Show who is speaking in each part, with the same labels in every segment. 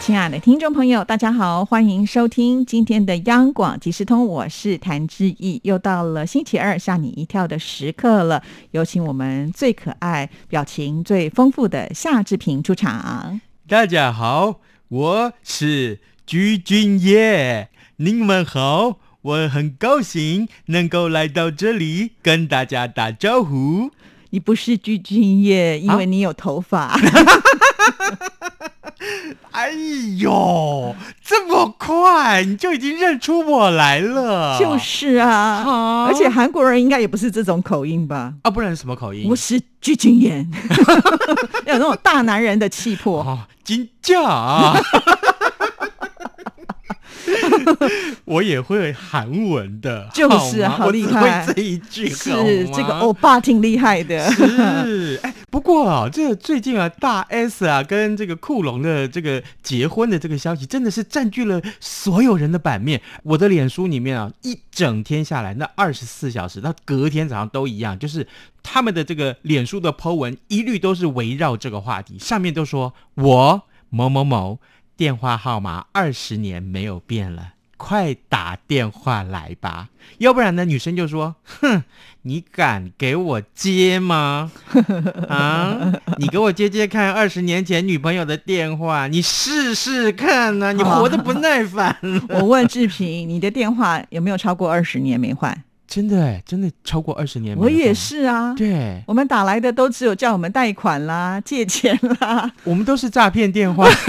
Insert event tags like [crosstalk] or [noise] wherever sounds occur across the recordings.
Speaker 1: 亲爱的听众朋友，大家好，欢迎收听今天的央广即时通，我是谭志毅。又到了星期二吓你一跳的时刻了，有请我们最可爱、表情最丰富的夏志平出场。
Speaker 2: 大家好，我是鞠俊业，你们好，我很高兴能够来到这里跟大家打招呼。
Speaker 1: 你不是鞠婧祎，
Speaker 2: 啊
Speaker 1: 因为你有头发。
Speaker 2: 哎呦，这么快你就已经认出我来了？
Speaker 1: [laughs] 就是啊，
Speaker 2: 好
Speaker 1: 而且韩国人应该也不是这种口音吧？
Speaker 2: 啊，不然什么口音
Speaker 1: 我？是鞠婧祎， [laughs] 有那种大男人的气魄。
Speaker 2: 哦，金价
Speaker 1: [laughs]
Speaker 2: 啊！我也会韩文的，
Speaker 1: 就是
Speaker 2: 好吗
Speaker 1: 好厉害
Speaker 2: 我只会这一句，
Speaker 1: 是
Speaker 2: 好吗
Speaker 1: 这个哦欧巴挺厉害的，
Speaker 2: 是，哎，不过啊，这个最近啊，大 S 啊跟这个库龙的这个结婚的这个消息，真的是占据了所有人的版面。我的脸书里面啊，一整天下来，那二十四小时，那隔天早上都一样，就是他们的这个脸书的 po 文，一律都是围绕这个话题，上面都说我某某某电话号码二十年没有变了。快打电话来吧，要不然呢？女生就说：“哼，你敢给我接吗？啊，你给我接接看二十年前女朋友的电话，你试试看呐、你活得不耐烦。
Speaker 1: [laughs] 我问志平，你的电话有没有超过二十年没换？
Speaker 2: [laughs] 真的哎，真的超过二十年没有
Speaker 1: 我
Speaker 2: 换，
Speaker 1: 也是啊。
Speaker 2: 对，
Speaker 1: 我们打来的都只有叫我们贷款啦、 [laughs] 借钱啦，
Speaker 2: 我们都是诈骗电 [laughs] 话。
Speaker 1: [laughs]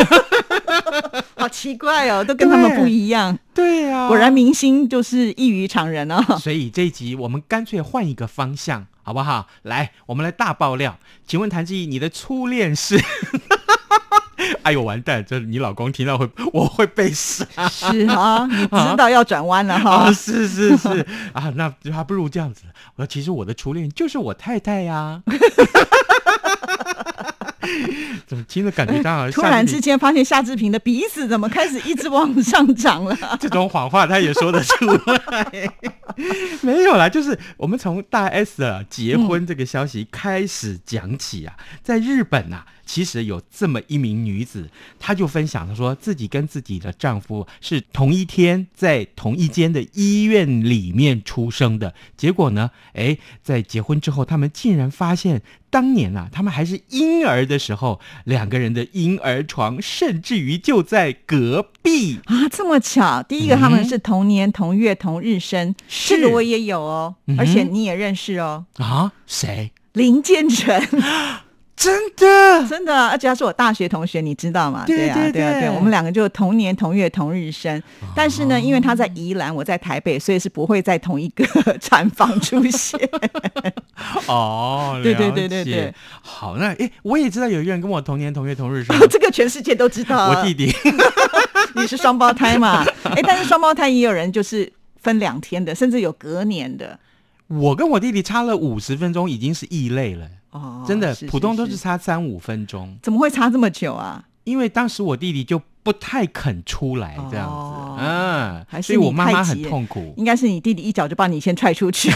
Speaker 1: 好奇怪哦，都跟他们
Speaker 2: 对
Speaker 1: 不一样。
Speaker 2: 对呀、
Speaker 1: 啊果然明星就是异于常人 [laughs] 哦。
Speaker 2: 所以这一集我们干脆换一个方向，好不好？来，我们来大爆料。请问谭志毅，你的初恋是？ [laughs] 哎呦，完蛋！这你老公听到会，我会被杀。
Speaker 1: 是啊，你知道要转弯了哈
Speaker 2: 啊，。是是是啊，那还不如这样子。我说，其实我的初恋就是我太太呀、 [laughs] 怎么听着感觉到
Speaker 1: [laughs] [laughs] 突然之
Speaker 2: 间
Speaker 1: 间发现夏志平的鼻子怎么开始一直往上涨 [laughs] 了？
Speaker 2: 这种谎话他也说得出来？没有啦，就是我们从大 S 啊结婚这个消息开始讲起啊，在日本啊，其实有这么一名女子，她就分享她说自己跟自己的丈夫是同一天在同一间的医院里面出生的，结果呢，哎，在结婚之后，他们竟然发现。当年啊，他们还是婴儿的时候，两个人的婴儿床甚至于就在隔壁。
Speaker 1: 啊，这么巧！第一个
Speaker 2: 嗯
Speaker 1: 他们是同年同月同日生，
Speaker 2: 是
Speaker 1: 这个我也有哦
Speaker 2: 嗯，哼
Speaker 1: 而且你也认识哦，
Speaker 2: 啊？谁？
Speaker 1: 林建成，
Speaker 2: 真的？
Speaker 1: [laughs] 真的，而且他是我大学同学，你知道吗？
Speaker 2: 对
Speaker 1: 啊，
Speaker 2: 对
Speaker 1: 对啊，
Speaker 2: 对啊
Speaker 1: 对，我们两个就同年同月同日生，但是呢，因为他在宜兰，我在台北，所以是不会在同一个 [laughs] 产房出
Speaker 2: [laughs]
Speaker 1: 现。
Speaker 2: 哦，
Speaker 1: 对对
Speaker 2: 了
Speaker 1: 对对
Speaker 2: 解
Speaker 1: 对。
Speaker 2: 好，那诶，我也知道有一个人跟我同年同月同日生，
Speaker 1: 这个全世界都知道啊，
Speaker 2: 我弟弟。 [laughs]
Speaker 1: 你是双胞胎嘛？哎，但是双胞胎也有人就是分两天的，甚至有隔年的
Speaker 2: 我跟我弟弟差了五十分钟，已经是异类了，
Speaker 1: 哦，
Speaker 2: 真的，
Speaker 1: 是
Speaker 2: 普通都是
Speaker 1: 是
Speaker 2: 差三五分钟。
Speaker 1: 怎么会差这么久啊？
Speaker 2: 因为当时我弟弟就不太肯出来这样子，
Speaker 1: 哦还
Speaker 2: 嗯，
Speaker 1: 是
Speaker 2: 所以我
Speaker 1: 你
Speaker 2: 妈
Speaker 1: 太
Speaker 2: 妈
Speaker 1: 急
Speaker 2: 很
Speaker 1: 了
Speaker 2: 痛苦，
Speaker 1: 应该是你弟弟一脚就把你先踹出
Speaker 2: [laughs]
Speaker 1: 去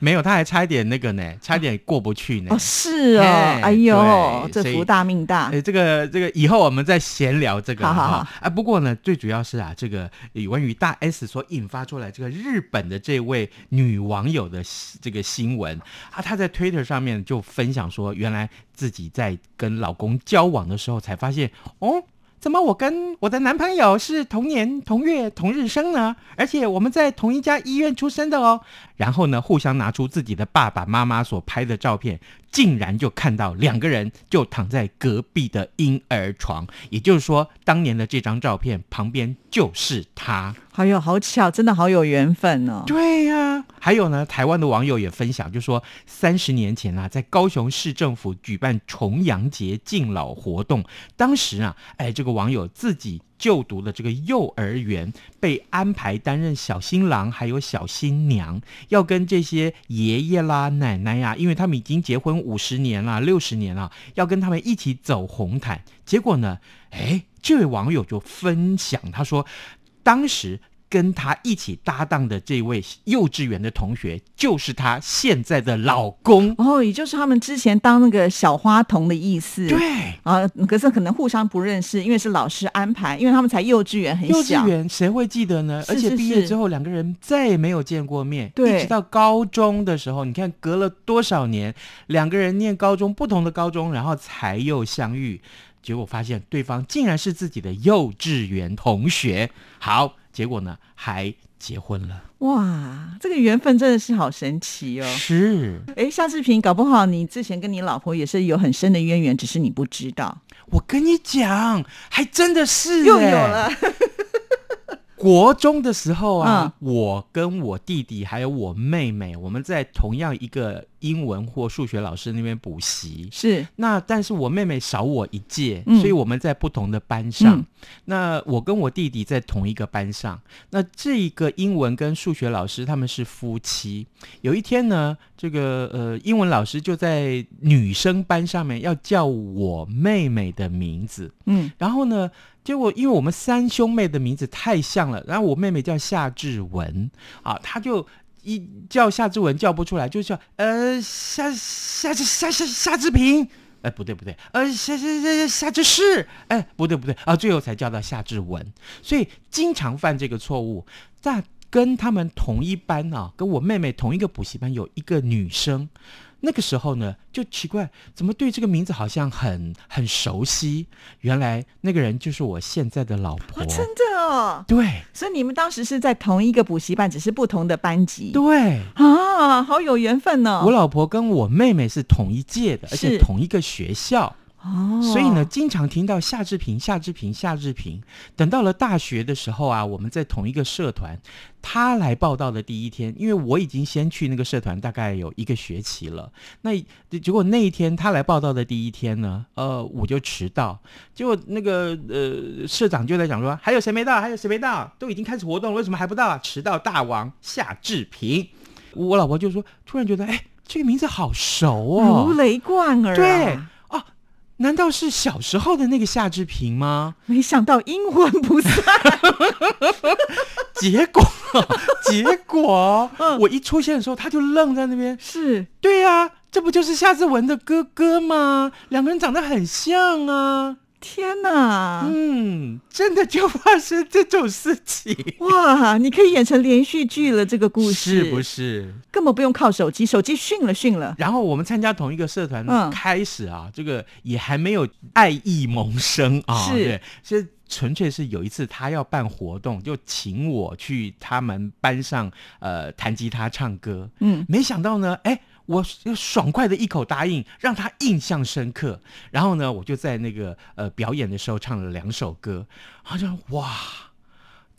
Speaker 2: 没有，她还差一点那个呢，差一点过不去呢
Speaker 1: 哦，。是哦，
Speaker 2: 哎
Speaker 1: 哎呦，这
Speaker 2: 对
Speaker 1: 福大命大
Speaker 2: 哎，，这个这个以后我们再闲聊这个
Speaker 1: 啊好
Speaker 2: 哈
Speaker 1: 好
Speaker 2: 啊。不过呢，最主要是啊，这个有关于大 S 所引发出来这个日本的这位女网友的新这个新闻啊，她在 Twitter 上面就分享说，原来自己在跟老公交往的时候才发现，哦。怎么我跟我的男朋友是同年同月同日生呢？而且我们在同一家医院出生的哦。然后呢，互相拿出自己的爸爸妈妈所拍的照片，竟然就看到两个人就躺在隔壁的婴儿床，也就是说，当年的这张照片旁边就是他。
Speaker 1: 好有哎好巧，真的好有缘分哦。
Speaker 2: 对呀、还有呢，台湾的网友也分享，就说三十年前啊，在高雄市政府举办重阳节敬老活动，当时啊，哎，这个网友自己就读的这个幼儿园被安排担任小新郎还有小新娘，要跟这些爷爷啦、奶奶呀、因为他们已经结婚五十年啦、六十年了，要跟他们一起走红毯。结果呢，哎，这位网友就分享，他说当时跟他一起搭档的这位幼稚园的同学，就是他现在的老公。
Speaker 1: 哦，也就是他们之前当那个小花童的意思。
Speaker 2: 对，
Speaker 1: 啊，可是可能互相不认识，因为是老师安排，因为他们才幼稚园很
Speaker 2: 幼
Speaker 1: 小
Speaker 2: 稚。园谁会记得呢？
Speaker 1: 是
Speaker 2: 而且
Speaker 1: 是
Speaker 2: 毕业
Speaker 1: 是
Speaker 2: 之后，两个人再也没有见过面。
Speaker 1: 对
Speaker 2: 一直到高中的时候，你看隔了多少年，两个人念高中不同的高中，然后才又相遇。结果发现对方竟然是自己的幼稚园同学。好，结果呢，还结婚了。
Speaker 1: 哇，这个缘分真的是好神奇哦。
Speaker 2: 是。
Speaker 1: 哎，夏志平，搞不好你之前跟你老婆也是有很深的渊源，只是你不知道。
Speaker 2: 我跟你讲，还真的是、欸、
Speaker 1: 又有了。
Speaker 2: 国中的时候啊，
Speaker 1: 嗯
Speaker 2: 我跟我弟弟还有我妹妹，我们在同样一个英文或数学老师那边补习。
Speaker 1: 是
Speaker 2: 那但是我妹妹少我一届，
Speaker 1: 嗯
Speaker 2: 所以我们在不同的班上。
Speaker 1: 嗯
Speaker 2: 那我跟我弟弟在同一个班上。那这个英文跟数学老师他们是夫妻。有一天呢，这个呃英文老师就在女生班上面要叫我妹妹的名字，
Speaker 1: 嗯，
Speaker 2: 然后呢，结果因为我们三兄妹的名字太像了，然后我妹妹叫夏志文啊，她就一叫夏志文叫不出来，就叫呃夏夏夏夏夏志平。哎，不对不对，呃，夏夏夏夏志士，哎，不对不对，啊，最后才叫到夏志文，所以经常犯这个错误。但跟他们同一班啊，跟我妹妹同一个补习班有一个女生，那个时候呢，就奇怪，怎么对这个名字好像很很熟悉？原来那个人就是我现在的老婆
Speaker 1: 哇，。啊真的哦。
Speaker 2: 对
Speaker 1: 所以你们当时是在同一个补习班，只是不同的班级。
Speaker 2: 对，
Speaker 1: 啊，好有缘分哦。
Speaker 2: 我老婆跟我妹妹是同一届的，而且
Speaker 1: 是
Speaker 2: 同一个学校，
Speaker 1: 哦，
Speaker 2: 所以呢，，经常听到夏志平、夏志平、夏志平。等到了大学的时候啊，我们在同一个社团，他来报道的第一天，因为我已经先去那个社团大概有一个学期了。那结果那一天他来报道的第一天呢，呃，我就迟到。结果那个呃社长就在讲说，还有谁没到？还有谁没到？都已经开始活动了，为什么还不到啊？迟到大王夏志平。我老婆就说，突然觉得，哎，这个名字好熟哦，
Speaker 1: 如雷贯耳、
Speaker 2: 对
Speaker 1: 啊。
Speaker 2: 啊，难道是小时候的那个夏志平吗？
Speaker 1: 对，没想到阴魂不散。
Speaker 2: [laughs] 结果，结果，我一出现的时候，他就愣在那边。
Speaker 1: 是
Speaker 2: 对呀、这不就是夏志文的哥哥吗？两个人长得很像啊。
Speaker 1: 天哪！
Speaker 2: 嗯，真的就发生这种事情，
Speaker 1: 哇，你可以演成连续剧了，这个故事
Speaker 2: 是不是？
Speaker 1: 根本不用靠手机，手机训了训了。
Speaker 2: 然后我们参加同一个社团
Speaker 1: 嗯，
Speaker 2: 开始啊，这个也还没有爱意萌生啊，
Speaker 1: 是
Speaker 2: 对，所以纯粹是有一次他要办活动，就请我去他们班上呃弹吉他唱歌，
Speaker 1: 嗯，
Speaker 2: 没想到呢，哎。我爽快的一口答应，让他印象深刻。然后呢，我就在那个呃表演的时候唱了两首歌，好像哇，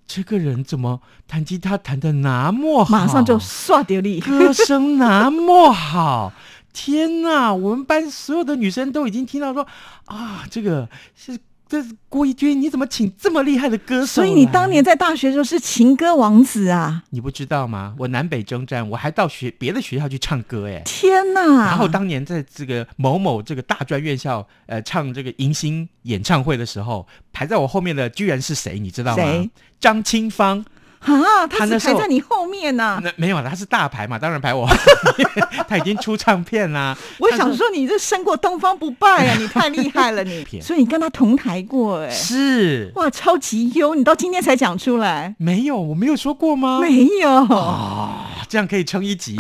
Speaker 2: 这个人怎么弹吉他弹的那么好，啊
Speaker 1: 马上就刷掉你。
Speaker 2: 歌声那么好，天哪！我们班所有的女生都已经听到说啊，这个是这是郭一军，你怎么请这么厉害的歌手
Speaker 1: 所
Speaker 2: 来？
Speaker 1: 以你当年在大学的时候是情歌王子啊！
Speaker 2: 你不知道吗？我南北征战，我还到学别的学校去唱歌哎。
Speaker 1: 天哪！
Speaker 2: 然后当年在这个某某这个大专院校，呃，唱这个迎新演唱会的时候，排在我后面的居然是谁？你知道吗
Speaker 1: 谁？
Speaker 2: 张清芳。
Speaker 1: 啊，
Speaker 2: 他
Speaker 1: 他
Speaker 2: 那时
Speaker 1: 是
Speaker 2: 候嗯
Speaker 1: 排在你后面啊呢、
Speaker 2: 那没有啦，他是大牌嘛，当然排我后 [laughs] 面。他已经出唱片
Speaker 1: [laughs]
Speaker 2: 啦。
Speaker 1: 我
Speaker 2: 他是
Speaker 1: 想说你这胜过东方不败啊，你太厉害了你
Speaker 2: [laughs] 骗。
Speaker 1: 所以你跟他同台过哎、
Speaker 2: 是
Speaker 1: 哇，超级优！你到今天才讲出来，
Speaker 2: 没有，我没有说过吗？
Speaker 1: 没有
Speaker 2: 啊，这样可以撑一 [laughs] 集。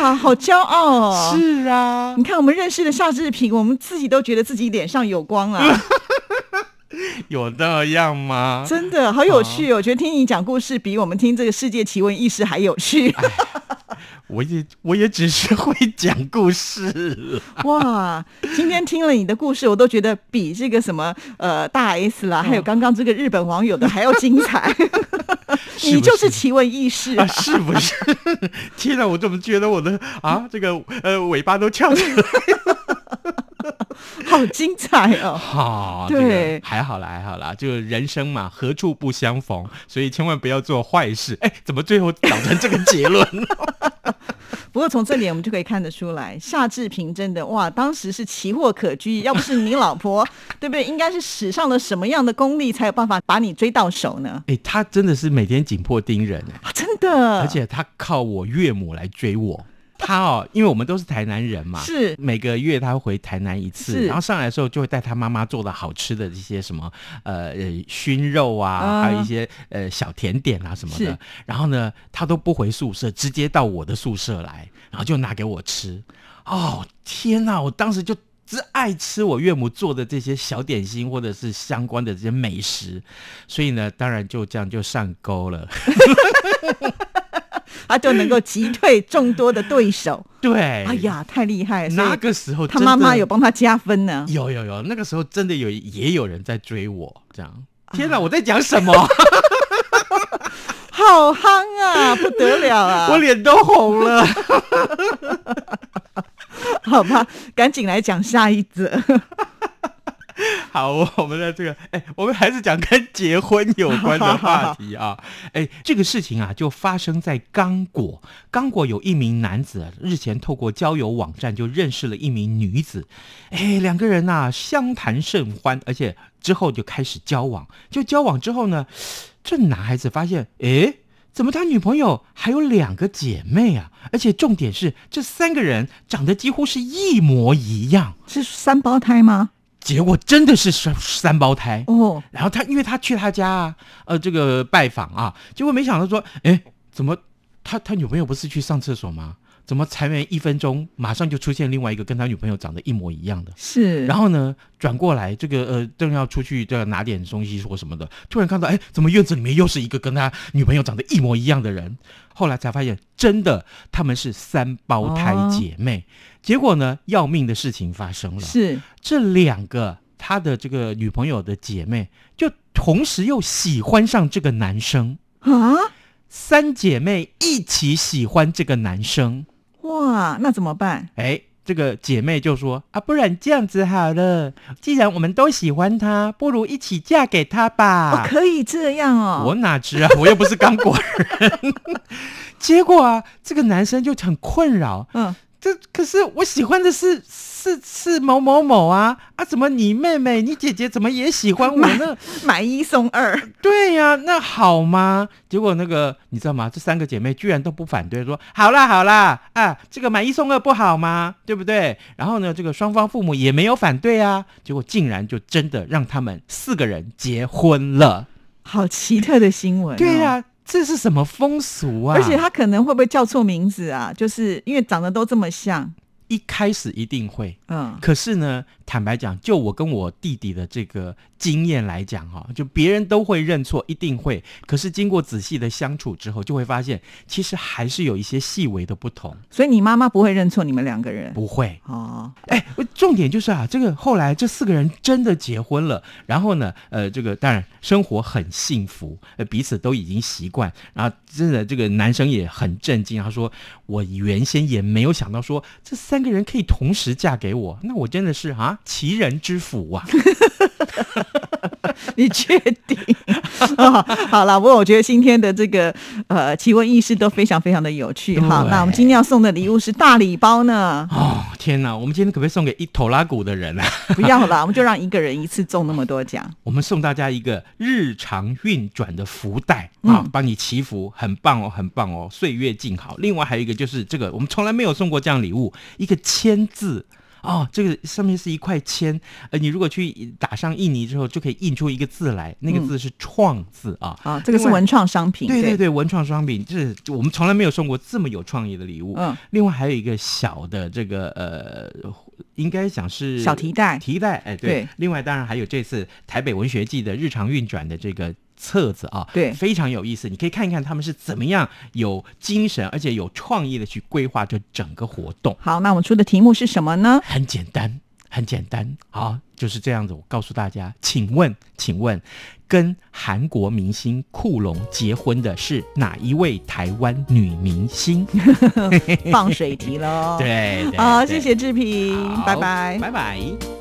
Speaker 1: 哇，好骄傲哦。
Speaker 2: 是啊
Speaker 1: 你，看，我们认识的夏志平，我们自己都觉得自己脸上有光啊，
Speaker 2: 嗯有那样吗？
Speaker 1: [laughs] 真的
Speaker 2: 哎
Speaker 1: 好有趣、哦。我觉得听你讲故事，比我们听这个世界奇闻异事还有趣。
Speaker 2: 我也我也只是会讲故事，
Speaker 1: [laughs] 哇，今天听了你的故事，我都觉得比这个什么呃大 S 啦，还
Speaker 2: 嗯
Speaker 1: 有刚刚这个日本网友的还要精
Speaker 2: [laughs]
Speaker 1: 彩。你就是奇闻异事
Speaker 2: 啊，
Speaker 1: 啊！
Speaker 2: 是不是？ [laughs] 天哪，我怎么觉得我的啊这个呃尾巴都翘起来？ [laughs]
Speaker 1: 好精彩哦！
Speaker 2: 好，这
Speaker 1: 对
Speaker 2: 个还好啦，还好啦，就人生嘛，何处不相逢，所以千万不要做坏事。哎，怎么最后导成这个结论？
Speaker 1: 不过从这点我们就可以看得出来，夏志平真的哇，当时是奇货可居，要不是你老婆，对不对？应该是使上了什么样的功力，才有办法把你追到手呢？
Speaker 2: [laughs] 哎，他真的是每天紧迫盯人哎。
Speaker 1: 啊、真的，
Speaker 2: 而且他靠我岳母来追我。他哦，因为我们都是台南人嘛，
Speaker 1: 是
Speaker 2: 每个月他回台南一次，
Speaker 1: 是
Speaker 2: 然后上来的时候就会带他妈妈做的好吃的这些什么呃呃熏肉啊，
Speaker 1: 啊
Speaker 2: 还有一些呃小甜点啊什么
Speaker 1: 是
Speaker 2: 的。然后呢，他都不回宿舍，直接到我的宿舍来，然后就拿给我吃。哦天哪！我当时就只爱吃我岳母做的这些小点心，或者是相关的这些美食，所以呢，当然就这样就上钩了。 [laughs]
Speaker 1: 他啊就能够击退众多的对
Speaker 2: [laughs]
Speaker 1: 手。
Speaker 2: 对，
Speaker 1: 哎呀，太厉害！所以
Speaker 2: 那个时候
Speaker 1: 他
Speaker 2: 真
Speaker 1: 妈妈
Speaker 2: 的
Speaker 1: 有帮他加分呢。
Speaker 2: 有有有，那个时候真的有也有人在追我，这样。
Speaker 1: 啊
Speaker 2: 天哪，我在讲
Speaker 1: [laughs]
Speaker 2: 什么？
Speaker 1: 好憨啊，不得了啊！
Speaker 2: [laughs] 我脸都红了。
Speaker 1: 好吧，赶紧来讲下一则。
Speaker 2: 好，我我们的这个，哎、我们还是讲跟结婚有关的话题啊。哎、这个事情啊，就发生在刚果。刚果有一名男子日前透过交友网站就认识了一名女子，哎、两个人呐、相谈甚欢，而且之后就开始交往。就交往之后呢，这男孩子发现，哎、怎么他女朋友还有两个姐妹啊？而且重点是，这三个人长得几乎是一模一样。
Speaker 1: 是三胞胎
Speaker 2: [laughs]
Speaker 1: 吗？
Speaker 2: 结果真的是三三胞胎，
Speaker 1: 哦，
Speaker 2: 然后他因为他去他家啊，呃，这个拜访啊，结果没想到说，哎，怎么他他女朋友不是去上厕所吗？怎么才没一分钟，马上就出现另外一个跟他女朋友长得一模一样的？
Speaker 1: 是。
Speaker 2: 然
Speaker 1: 后
Speaker 2: 后呢，转过来这个呃，正要出去这个拿点东西或什么的，突然看到，哎，怎么院子里面又是一个跟他女朋友长得一模一样的人？后来才发现，真的他们是三胞胎
Speaker 1: 哦
Speaker 2: 姐妹。结果呢，要命的事情发生了。
Speaker 1: 是
Speaker 2: 这两个他的这个女朋友的姐妹，就同时又喜欢上这个男生，
Speaker 1: 啊，
Speaker 2: 三姐妹一起喜欢这个男生，
Speaker 1: 哇，那怎么办？
Speaker 2: 哎。这个姐妹就说啊，不然这样子好了，既然我们都喜欢他，不如一起嫁给他吧。
Speaker 1: 哦，可以这样哦。
Speaker 2: 啊我哪知啊，我又不是刚果人。 [laughs] 结果啊，这个男生就很困扰，
Speaker 1: 嗯，
Speaker 2: 这可是我喜欢的是是是某某某啊啊！怎么你妹妹、你姐姐怎么也喜欢我呢？
Speaker 1: 买一送二，
Speaker 2: 对呀、那好吗？结果那个你知道吗？这三个姐妹居然都不反对，说好啦好啦啊，这个买一送二不好吗？对不对？然后呢，这个双方父母也没有反对啊，结果竟然就真的让他们四个人结婚了。
Speaker 1: 好奇特的新闻、哦
Speaker 2: 对呀、、这是什么风俗啊？
Speaker 1: 哎而且他可能会不会叫错名字啊？就是因为长得都这么像。
Speaker 2: 一开始一定会。
Speaker 1: 嗯，
Speaker 2: 可是呢，坦白讲，就我跟我弟弟的这个经验来讲哈、就别人都会认错，一定会。可是经过仔细的相处之后，就会发现其实还是有一些细微的不同。
Speaker 1: 所以你妈妈不会认错你们两个人。
Speaker 2: 不会，
Speaker 1: 哦，
Speaker 2: 哎，我重点就是啊，这个后来这四个人真的结婚了，然后呢，呃，这个当然生活很幸福，呃，彼此都已经习惯，然后真的这个男生也很震惊，他说我原先也没有想到说这三个人可以同时嫁给我，那我真的是啊奇人之福啊。
Speaker 1: 你确定？ [laughs] 哦好了，不过我觉得今天的这个呃奇闻异事都非常非常的有趣哈。
Speaker 2: 对，
Speaker 1: 那我们今天要送的礼物是大礼包呢 [laughs]
Speaker 2: 哦，天哪！我们今天可不可以送给一头拉骨的人啊？ [laughs]
Speaker 1: 不要啦，我们就让一个人一次中那么多奖。
Speaker 2: 我们送大家一个日常运转的福袋啊，
Speaker 1: 嗯
Speaker 2: 帮你祈福，很棒哦，很棒哦，岁月静好。另外还有一个就是这个，我们从来没有送过这样礼物，一个签字。哦，这个上面是一块签，呃，你如果去打上印泥之后，就可以印出一个字来，那个
Speaker 1: 嗯
Speaker 2: 字是“创”字啊。
Speaker 1: 啊，这个是文创商品，
Speaker 2: 对对，对，文创商品，这是我们从来没有送过这么有创意的礼物。
Speaker 1: 嗯，
Speaker 2: 另外还有一个小的这个呃，应该讲是
Speaker 1: 小提袋
Speaker 2: 提袋，哎，对。
Speaker 1: 对
Speaker 2: 另外当然还有这次台北文学季的日常运转的这个册子啊，
Speaker 1: 对
Speaker 2: 非常有意思。你可以看一看他们是怎么样有精神，而且有创意的去规划这整个活动。
Speaker 1: 好，那我们出的题目是什
Speaker 2: [laughs]
Speaker 1: 么呢？
Speaker 2: 很简单，很简单，好，就是这样子。我告诉大家，请问，请问，跟韩国明星库龙结婚的是哪一位台湾女明星？
Speaker 1: 放水题喽。
Speaker 2: 对，对
Speaker 1: 好，
Speaker 2: 对
Speaker 1: 谢谢志平，
Speaker 2: 好
Speaker 1: 拜拜。
Speaker 2: 拜拜。